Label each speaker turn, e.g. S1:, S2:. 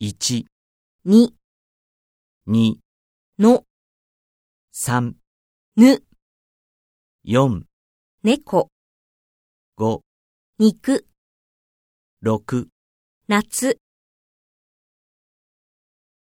S1: 1、
S2: に、
S1: 2、
S2: の、
S1: 3、
S2: ぬ、
S1: 4、
S2: 猫、
S1: 5、
S2: 肉、
S1: 6
S2: 夏。